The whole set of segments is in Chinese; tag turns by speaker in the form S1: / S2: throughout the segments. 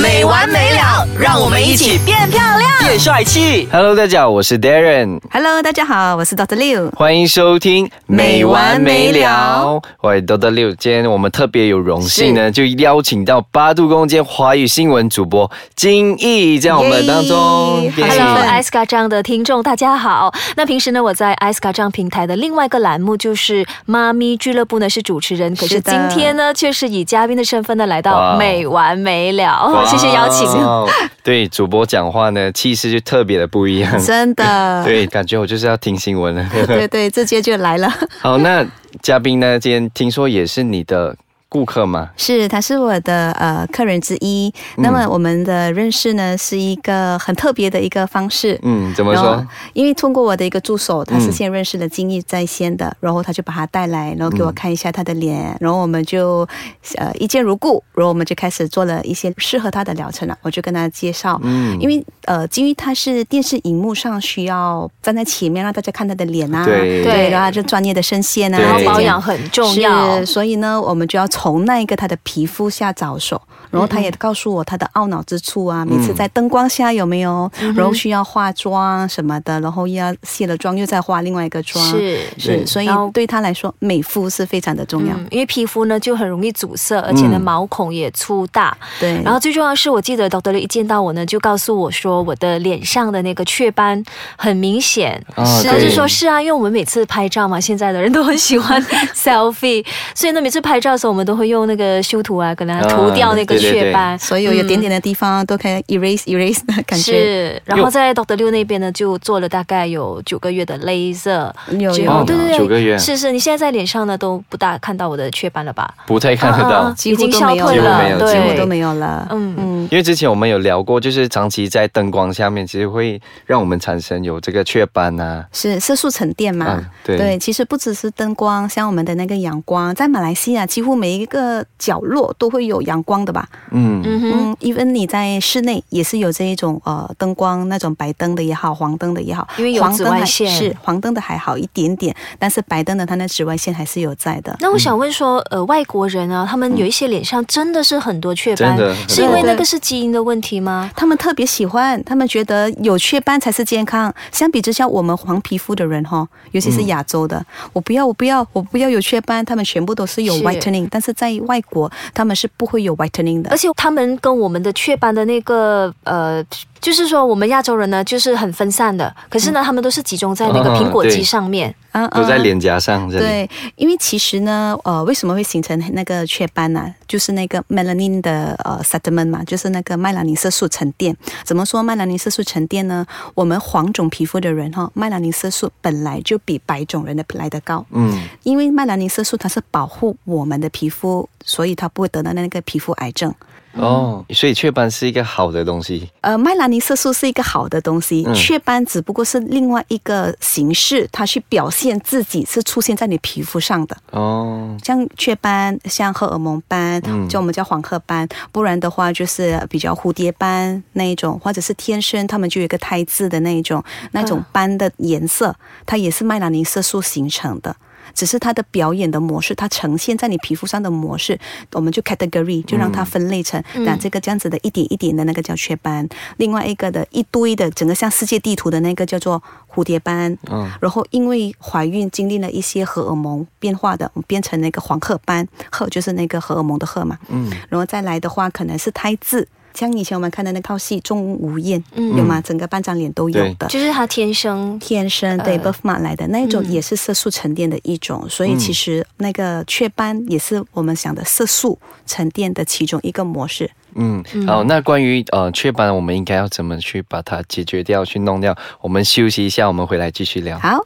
S1: 没完没了，让我们一起变漂亮。
S2: 变帅气。
S3: Hello，大家好，我是 Darren，
S4: Hello，大家好，我是 Doctor Liu。
S3: 欢迎收听《
S4: 没完没了》。
S3: 我是多多六，今天我们特别有荣幸呢，就邀请到八度空间华语新闻主播金毅在我们当中。
S4: 耶
S1: Hello，
S4: 兴奋
S1: i s c a 这样的听众，大家好。那平时呢，我在 i s c a 这样平台的另外一个栏目就是“妈咪俱乐部”呢，是主持人。可是
S4: 是的
S1: 今天呢，却是以嘉宾的身份呢来
S3: 哇
S1: 到
S3: 哦
S1: 没完没了。哦谢谢邀请。
S3: 哇 对，主播讲话呢，气势就特别的不一样。
S4: 真 的，
S3: 对，感觉我就是要听新闻了。
S4: 对对，直接就来了。
S3: 好，那嘉宾呢，今天听说也是你的顾客嘛？
S4: 是，他是我的呃客人之一。那么我们的认识呢，是一个很特别的一个方式。
S3: 嗯，怎么
S4: 然后
S3: 说？，
S4: 因为通过我的一个助手，他
S3: 嗯
S4: 是先认识了金毅在先的，然后他就把他带来，然后给我看一下他的脸，然后我们就呃一见如故，然后我们就开始做了一些适合他的疗程了。我就跟他介绍，
S3: 嗯
S4: 因为呃，金毅他是电视荧幕上需要站在前面让大家看他的脸啊，
S3: 对
S1: 对
S4: 然后他就专业的声线啊，
S3: 对
S1: 然后
S4: 这
S1: 保
S4: 些
S1: 养很重要
S4: 是，。所以呢，我们就要从那一个他的皮肤下着手。
S1: 嗯
S4: 然后他也告诉我他的懊恼之处啊，每次在灯光下有没有，
S1: 嗯
S4: 然后需要化妆什么的，然后又要卸了妆又再化另外一个妆，
S1: 是
S4: 是，所以
S1: 然后
S4: 对他来说美肤是非常的重要。
S1: 嗯，因为皮肤呢就很容易阻塞，而且呢毛孔也粗大。
S4: 对，
S3: 嗯
S1: 然后最重要的是，我记得 Doctor 一见到我呢，就告诉我说我的脸上的那个雀斑很明显。
S3: 啊
S4: 是
S1: 他
S3: 对
S1: 就说是啊，因为我们每次拍照嘛，现在的人都很喜 欢 selfie，所以呢，每次拍照的时候，我们都会用那个修图啊，给它涂掉那个
S3: 啊对对对
S1: 雀斑。嗯
S4: 所有有点点的地方都可以 erase erase 的感觉，
S1: 是，然后在 Doctor 六那边呢，就做了大概有九个月的 laser，
S4: 有
S1: 只有
S4: 有
S3: 哦
S1: 对对对，
S3: 九个月
S1: 是是，你现在在脸上呢都不大看到我的雀斑了吧？
S3: 不太看得到。
S1: 啊啊啊
S4: 几乎
S1: 已
S4: 都
S1: 经消
S4: 没有
S1: 退
S3: 了
S1: 了，
S3: 几
S4: 几
S3: 乎
S4: 乎都
S1: 对，
S4: 没有了。
S1: 嗯
S4: 嗯，
S3: 因为之前我们有聊过，就是长期在灯光下面，其实会让我们产生有这个雀斑啊。
S4: 是色素沉淀嘛？
S3: 嗯对
S4: 其实不只是灯光，像我们的那个阳光，在马来西亚几乎每一个角落都会有阳光的吧？
S3: 嗯，
S1: 嗯哼，
S4: 嗯，even 你在室内也是有这一种呃灯光，那种白灯的也好，黄灯的也好，
S1: 因为有
S4: 黄
S1: 紫
S4: 灯
S1: 外
S4: 还
S1: 线
S4: 是黄灯的还好一点点，但是白灯的它那紫外线还是有在的。
S1: 那我想问说，呃，外国人啊，他们有一些脸上真的是很多雀斑
S3: 真的，
S1: 是因为
S4: 对
S1: 那个是基因的问题吗？
S4: 他们特别喜欢，他们觉得有雀斑才是健康。相比之下，我们黄皮肤的人哈，尤其
S1: 嗯
S4: 是亚洲的，我不要，我不要，我不要有雀斑，他们全部都是有
S1: 是
S4: whitening，但是在外国他们是不会有 whitening
S1: 而
S4: 的。
S1: 且他们跟我们的雀斑的那个呃，就是说我们亚洲人呢，就是很分散的，可是呢，他们都是集中在那个
S3: 啊
S1: 苹果肌
S3: 对
S1: 上面。
S4: 啊
S3: 都在。脸颊上这里。
S4: 对，因为其实呢，呃，为什么会形成那个雀斑呢、啊就是那个 melanin 的呃 sediment 嘛，就是那个麦兰尼色素沉淀。怎么说麦兰尼色素沉淀呢？我们黄种皮肤的人哈，麦兰尼色素本来就比白种人的来得高。
S3: 嗯，
S4: 因为麦兰尼色素它是保护我们的皮肤，所以它不会得到那个皮肤癌症。
S3: 哦，所以雀斑是一个好的东西。
S4: 呃，麦兰尼色素是一个好的东西，
S3: 嗯
S4: 雀斑只不过是另外一个形式，它去表现自己是出现在你皮肤上的。
S3: 哦，
S4: 像雀斑、像荷尔蒙斑
S3: 嗯，
S4: 就我们叫黄褐斑，不然的话就是比较蝴蝶斑那一种，或者是天生他们就有一个胎痣的那一种，那
S3: 嗯
S4: 种斑的颜色，它也是麦兰尼色素形成的。只是它的表演的模式，它呈现在你皮肤上的模式，我们就 category 就让它分类成，
S3: 嗯
S4: 那、这个这样子的一点一点的那个叫雀斑，另外一个的一堆的整个像世界地图的那个叫做蝴蝶斑，
S3: 嗯，
S4: 然后因为怀孕经历了一些荷尔蒙变化的，变成那个黄褐斑，褐就是那个荷尔蒙的褐嘛，
S3: 嗯，
S4: 然后再来的话可能是胎痣，像以前我们看的那套戏《钟无艳》，有
S3: 嗯
S4: 吗？整个半张脸都有的。
S1: 嗯就是他天生
S4: 天生
S1: 嗯
S4: 对 birthmark 来的那一种也是色素沉淀的一种，所
S3: 嗯
S4: 以其实那个雀斑也是我们讲的色素沉淀的其中一个模式。
S3: 嗯，好，那关于呃雀斑，我们应该要怎么去把它解决掉、去弄掉？我们休息一下，我们回来继续聊。
S4: 好，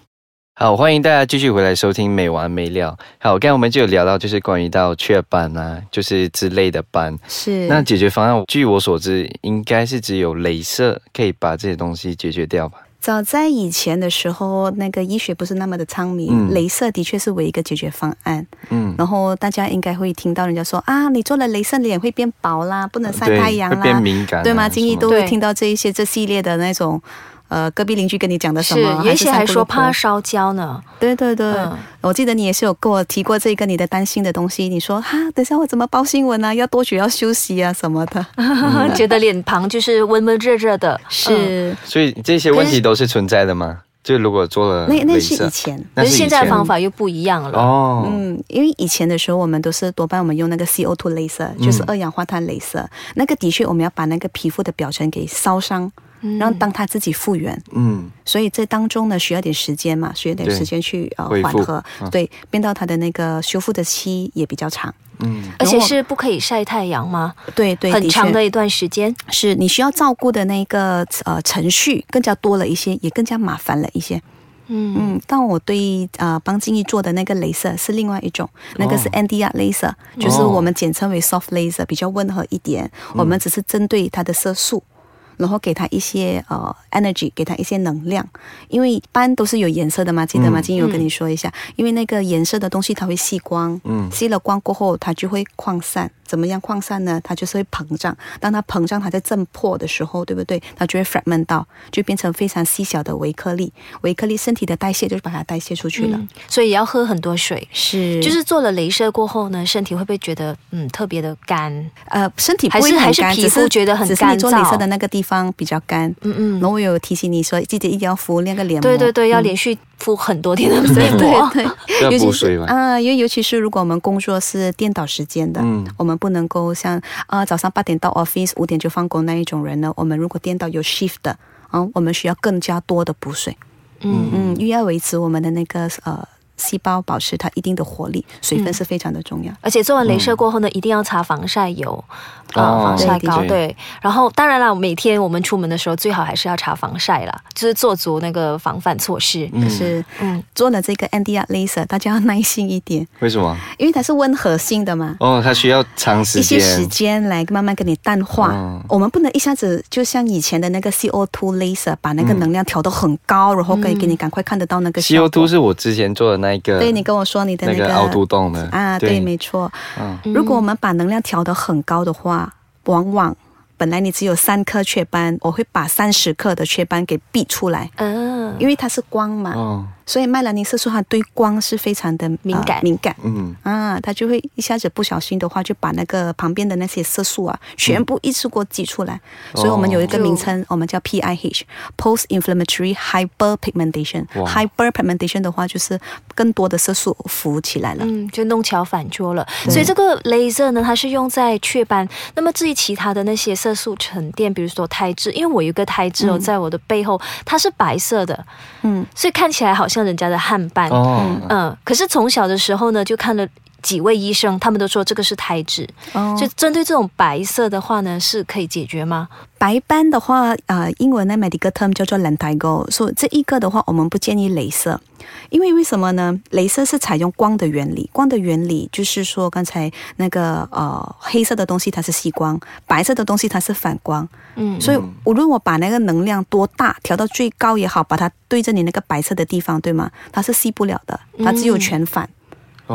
S3: 好，欢迎大家继续回来收听《没完没了》。好，刚才我们就有聊到，就是关于到雀斑啊，就是之类的斑。
S4: 是
S3: 那解决方案，据我所知，应该是只有镭射可以把这些东西解决掉吧？
S4: 早在以前的时候，那个医学不是那么的昌明，
S3: 嗯
S4: 镭射的确是唯一一个解决方案。
S3: 嗯，
S4: 然后大家应该会听到人家说啊，你做了镭射脸会变薄啦，不能晒
S3: 对
S4: 太阳
S3: 会变
S4: 啦，
S3: 敏感啊、
S4: 对吗？
S3: 什
S4: 金毅
S3: 么
S4: 都会
S1: 对
S4: 听到这一些这系列的那种呃隔壁邻居跟你讲的什么，
S1: 有一些还
S4: 是三姑
S1: 说
S4: 六婆
S1: 怕烧焦呢。
S4: 对对对，
S1: 嗯
S4: 我记得你也是有跟我提过这个你的担心的东西，你说哈，等下我怎么报新闻啊？要多久要休息啊什么的，
S1: 觉得脸庞就是温温热热的，嗯。
S3: 所以这些问题都是存在的吗？就如果做了
S4: 嗯那那是
S3: 镭射
S4: 以前。
S1: 可是现在
S3: 以
S1: 的
S3: 前
S1: 方法又不一样了。
S3: 哦，
S4: 嗯，因为以前的时候，我们都是多半我们用那个 CO2 镭射，
S3: 嗯
S4: 就是二氧化碳镭射。那个的确，我们要把那个皮肤的表层给烧伤，
S1: 嗯
S4: 然后当它自己复原。
S3: 嗯，
S4: 所以这当中呢，需要点时间嘛，需要点
S3: 对
S4: 时间去呃
S3: 恢
S4: 缓
S3: 复
S4: 和，对，变到它的那个修复的期也比较长。
S3: 嗯，
S1: 而且是不可以晒太阳吗？
S4: 对对，
S1: 很长
S4: 确
S1: 的一段时间。
S4: 是你需要照顾的那个呃程序更加多了一些，也更加麻烦了一些。
S1: 嗯，
S4: 嗯，但我对呃帮静怡做的那个镭射是另外一种，那个是 NDR 镭射，就是我们简称为 soft laser，比较温和一点。我们只是针对它的色素。然后给它一些呃 energy，给它一些能量，因为斑都是有颜色的嘛，记得吗？金怡，我跟你说一下，因为那个颜色的东西它会吸光，
S3: 嗯
S4: 吸了光过后它就会扩散，怎么样扩散呢？它就是会膨胀，当它膨胀，它在震破的时候，对不对？它就会 fragment 到，就变成非常细小的微颗粒，微颗粒身体的代谢就把它代谢出去了，
S1: 嗯所以也要喝很多水。
S4: 是
S1: 就
S4: 就是
S1: 是做了镭射过后呢，身体会不会觉得嗯特别的干？
S4: 呃身体不
S1: 还
S4: 会
S1: 是
S4: 很
S1: 还是
S4: 干
S1: 皮
S4: 只
S1: 肤觉得很
S4: 只是你做
S1: 干燥
S4: 镭射的那个地方比较干，
S1: 嗯嗯
S4: 然，后我有提醒你说，记得一定要敷那个脸膜，
S1: 对对对，要
S4: 嗯
S1: 连续敷很多 天的面膜。
S4: 对
S3: 要
S4: 对，尤
S3: 补
S4: 其
S3: 水
S4: 是
S3: 嘛
S4: 啊，因为尤其是如果我们工作是颠倒时间的，
S3: 嗯
S4: 我们不能够像啊、早上八点到 office，五点就放工那一种人呢，我们如果颠倒有 shift 的，啊，我们需要更加多的补水，
S1: 嗯，
S4: 嗯，因为要维持我们的那个呃细胞保持它一定的活力，水分是非常的重要。
S1: 而且做完镭射过后呢，一定要擦防晒油，啊、
S3: 哦
S1: 防晒膏
S3: 对对
S1: 对。然后当然了，每天我们出门的时候最好还是要擦防晒啦，就是做足那个防范措施。
S3: 嗯
S4: 是
S1: 嗯，
S4: 做了这个 NDR laser，大家要耐心一点，
S3: 为什么？
S4: 因为它是温和性的嘛，
S3: 哦，它需要长时
S4: 一些
S3: 间，
S4: 时间来慢慢跟你淡化。
S3: 嗯
S4: 我们不能一下子就像以前的那个 CO2 laser 把那
S3: 嗯
S4: 个能量调得很高，然后给给你赶快看得到那个
S3: CO
S4: 效果
S3: 2。是我之前做的那一个，
S4: 对你跟我说你的
S3: 那
S4: 个
S3: 个凹凸洞的
S4: 啊，对，没错。
S3: 嗯
S4: 如果我们把能量调得很高的话，往往本来你只有三颗雀斑，我会把三十克的雀斑给逼出来，
S1: 嗯，
S4: 因为它是光嘛，
S3: 哦，
S4: 所以麦兰尼色素它对光是非常的呃
S1: 敏感
S4: 敏感。
S3: 嗯，
S4: 啊，它就会一下子不小心的话，就把那个旁边的那些色素啊，全部一次过挤出来。所以我们有一个
S1: 就
S4: 名称，我们叫 PIH（Post Inflammatory Hyperpigmentation）。
S3: 哇
S4: Hyperpigmentation 的话，就是更多的色素浮起来了。
S1: 嗯，就弄巧反拙了。所以这个 laser 呢，它是用在雀斑。那么至于其他的那些色素沉淀，比如说胎痣，因为我有一个胎痣哦，在我的背后，它是白色的，
S4: 嗯，
S1: 所以看起来好像人家的汗斑。
S3: 哦，
S1: 嗯，可是从小的时候呢，就看了。几位医生，他们都说这个是胎痣，
S4: 哦
S1: 就针对这种白色的话呢，是可以解决吗？
S4: 白斑的话，呃，英文的 medical term 叫做 lentigo，所以这一个的话，我们不建议镭射，因为为什么呢？镭射是采用光的原理，光的原理就是说刚才那个呃黑色的东西它是吸光，白色的东西它是反光，
S1: 嗯
S4: 所以无论我把那个能量多大调到最高也好，把它对着你那个白色的地方，对吗？它是吸不了的，它只有全反，
S3: 哦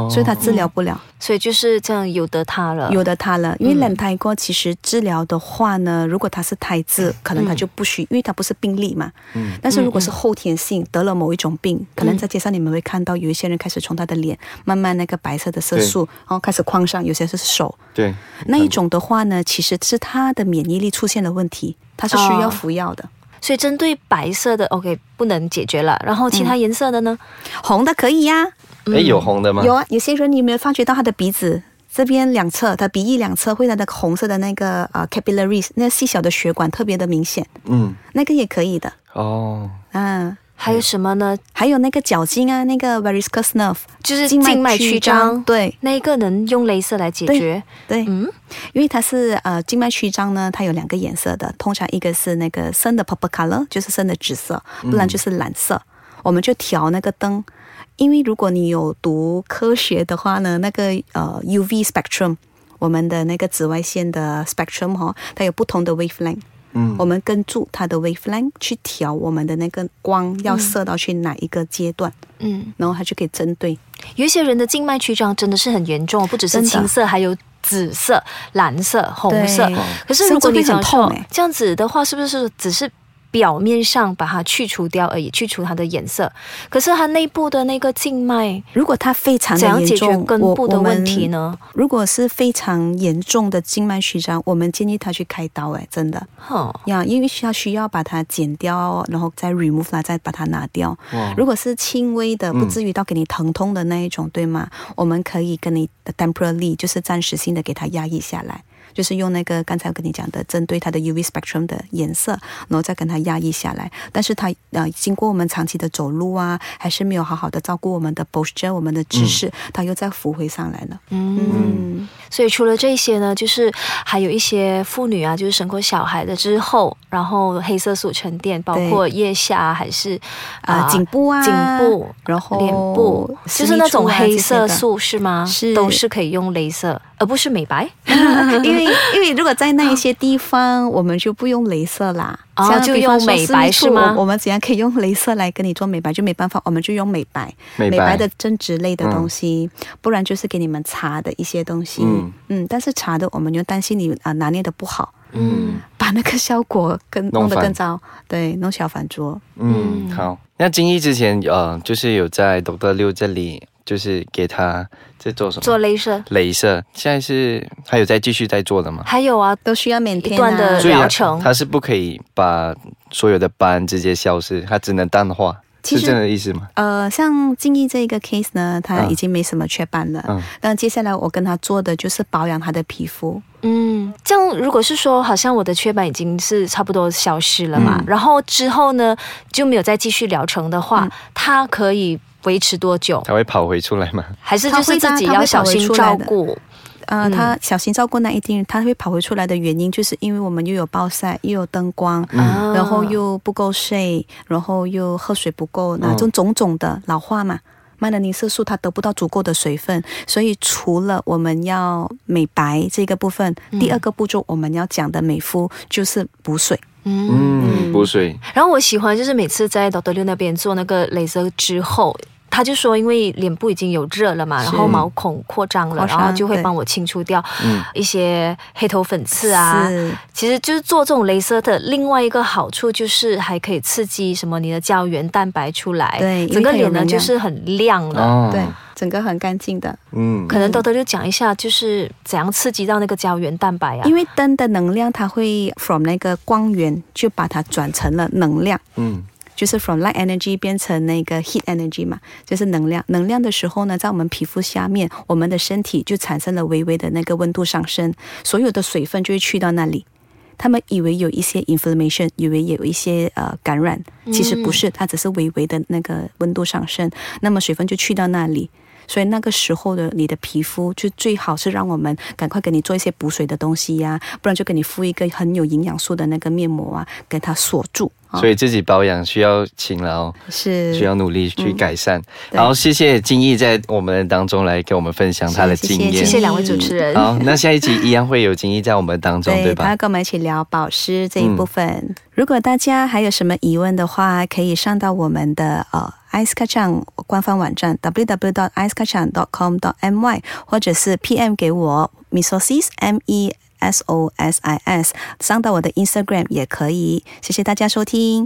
S4: 所以它治疗不了。
S1: 所以就是这样，有得它了。
S4: 有的它了，因为卵胎过其实治疗的话呢，如果它是胎痣，可能它就不需，因为它不是病例嘛。
S3: 嗯。
S4: 但是如果是后天性得了某一种病，可能在街上你们会看到有一些人开始从他的脸慢慢那个白色的色素，然后开始框上，有些是手
S3: 对，
S4: 那一种的话呢，其实是他的免疫力出现了问题，它是需
S1: 哦
S4: 要服药的。
S1: 所以针对白色的，OK，不能解决了。然后其他颜色的呢？
S4: 红的可以呀、
S3: 哎，有红的吗？
S4: 有啊，有些人你有没有发觉到他的鼻子这边两侧，他鼻翼两侧会有那个红色的那个呃 capillaries，那细小的血管特别的明显，
S3: 嗯，
S4: 那个也可以的。
S3: 哦，
S4: 嗯，
S1: 还有什么呢？
S4: 还有那个脚筋啊，那个 varicose nerve，
S1: 就是静脉曲张，
S4: 对
S1: 那一个能用镭射来解决。
S4: 对，
S1: 嗯，
S4: 因为它是呃静脉曲张呢，它有两个颜色的，通常一个是那个深的 purple color，就是深的紫色，
S1: 嗯
S4: 不然就是蓝色。我们就调那个灯，因为如果你有读科学的话呢，那个呃 UV spectrum，我们的那个紫外线的 spectrum 哈、哦，它有不同的 wavelength。
S3: 嗯
S4: 我们跟住它的 wavelength 去调我们的那个光要射到去哪一个阶段，
S1: 嗯，
S4: 然后它就可以针对
S1: 有一些人的静脉曲张真的是很严重，不只是
S4: 真的
S1: 青色，还有紫色、蓝色、红色。
S4: 对
S3: 哦
S1: 可是如果你
S4: 甚至
S1: 讲
S4: 会很痛
S1: 说
S4: 欸
S1: 这样子的话，是不是只是表面上把它去除掉而已，去除它的颜色。可是它内部的那个静脉
S4: 如果它非常
S1: 怎
S4: 的
S1: 样解
S4: 严
S1: 决
S4: 重，
S1: 根部的问题
S4: 我
S1: 呢？
S4: 我们如果是非常严重的静脉曲张，我们建议他去开刀，哎，真的。
S1: 哼，
S4: 呀，因为需要需要把它剪掉，然后再 remove 它，再把它拿掉。如果是轻微的，不至于到给你疼痛的那一种，对吗？我们可以跟你 temporarily，就是暂时性的给它压抑下来，就是用那个刚才我跟你讲的，针对它的 UV spectrum 的颜色，然后再跟它压抑下来。但是它呃，经过我们长期的走路啊，还是没有好好的照顾我们的 posture，我们的姿势，它又再浮回上来了。嗯，
S1: 所以除了这些呢，就是还有一些妇女啊，就是生过小孩的之后，然后黑色素沉淀，包括腋下啊还是
S4: 啊、颈部啊，
S1: 颈部。
S4: 然后
S1: 脸部
S4: 私
S1: 就是
S4: 密
S1: 那种
S4: 处啊
S1: 黑
S4: 这些
S1: 色
S4: 的
S1: 素是吗？
S4: 是
S1: 都是可以用镭射，而不是美白。
S4: 因为因为如果在那一些地方，我们就不用镭射啦，
S1: 哦
S4: 像
S1: 就
S4: 比方
S1: 用
S4: 说
S1: 美
S4: 私
S1: 白
S4: 密处
S1: 是吗
S4: 我我们怎样可以用镭射来跟你做美白？就没办法，我们就用美白，
S3: 美白
S4: 的正直类的东西，不然就是给你们擦的一些东西。
S3: 嗯
S4: 嗯但是擦的我们就担心你啊、拿捏的不好，
S1: 嗯，
S4: 把那个效果更
S3: 弄
S4: 弄得
S3: 反
S4: 更糟，对，弄小反桌。
S3: 嗯，好。那金一之前呃，就是有在 Doctor 六这里，就是给他在做什么？
S1: 做镭射。
S3: 镭射。现在是还有在继续在做的吗？
S1: 还有啊，
S4: 都需要每天、啊、
S1: 一段的
S3: 所以
S1: 疗
S3: 它
S1: 程
S3: 它是不可以把所有的斑直接消失，它只能淡化，
S4: 其
S3: 是
S4: 实
S3: 这样的意思吗？
S4: 呃，像静怡这个 case 呢，他
S3: 嗯
S4: 已经没什么雀斑了。
S3: 嗯
S4: 那接下来我跟他做的就是保养他的皮肤。
S1: 嗯，这样如果是说，好像我的雀斑已经是差不多消失了
S4: 嗯
S1: 嘛，然后之后呢就没有再继续疗程的话，
S4: 嗯
S1: 它可以维持多久？
S3: 它会跑回出来吗？
S1: 还是就是自己
S4: 它会的它
S1: 要
S4: 会
S1: 小心
S4: 跑回出
S1: 照
S4: 来的
S1: 顾？
S4: 呃，他小心照顾那一定，他会跑回出来的原因，就是因为我们又有暴晒，又有灯光，
S1: 啊
S4: 嗯然后又不够睡，然后又喝水不够，那种种种的老化嘛。麦兰尼色素它得不到足够的水分，所以除了我们要美白这个部分，第二个步骤我们要讲的美肤就是补水。
S1: 嗯。
S3: 嗯，补水。
S1: 然后我喜欢就是每次在 Doctor 六那边做那个镭射之后。他就说，因为脸部已经有热了嘛，然后毛孔扩张了，
S4: 扩
S1: 然
S4: 张
S1: 后他就会
S4: 对
S1: 帮我清除掉
S3: 嗯
S1: 一些黑头粉刺啊。
S4: 是
S1: 其实就是做这种镭射的另外一个好处就是还可以刺激什么你的胶原蛋白出来，
S4: 对因为
S1: 整个
S4: 它有
S1: 脸呢
S4: 能
S1: 就
S4: 量
S1: 是很亮了。
S3: 哦
S4: 对，整个很干净的。
S3: 嗯，
S1: 可能 Doctor 六讲一下，就是怎样刺激到那个胶原蛋白啊？
S4: 因为灯的能量，它会 from 那个光源就把它转成了能量，
S3: 嗯，
S4: 就是 from light energy 变成那个 heat energy 嘛，就是能量。能量的时候呢，在我们皮肤下面，我们的身体就产生了微微的那个温度上升，所有的水分就会去到那里。他们以为有一些 inflammation，以为有一些呃感染，
S1: 嗯
S4: 其实不是，它只是微微的那个温度上升，那么水分就去到那里。所以那个时候的你的皮肤就最好是让我们赶快给你做一些补水的东西呀、不然就给你敷一个很有营养素的那个面膜啊，给它锁住。啊
S3: 所以自己保养需要哦勤劳。
S4: 是
S3: 需要努力去改善。
S4: 嗯对
S3: 好，谢谢金毅在我们当中来给我们分享他的
S4: 是谢
S3: 经
S4: 谢
S3: 验。
S1: 谢谢两位主持人。
S3: 好，那下一集一样会有金毅在我们当中，对
S4: 对，他要
S3: 吧？
S4: 跟我们一起聊保湿这一
S3: 嗯
S4: 部分。如果大家还有什么疑问的话，可以上到我们的呃 ice k a c a n 官方网站 www dot ice k a c a n dot com dot my，或者是 PM 给我 misosis m e s o s i s，上到我的 Instagram 也可以。谢谢大家收听。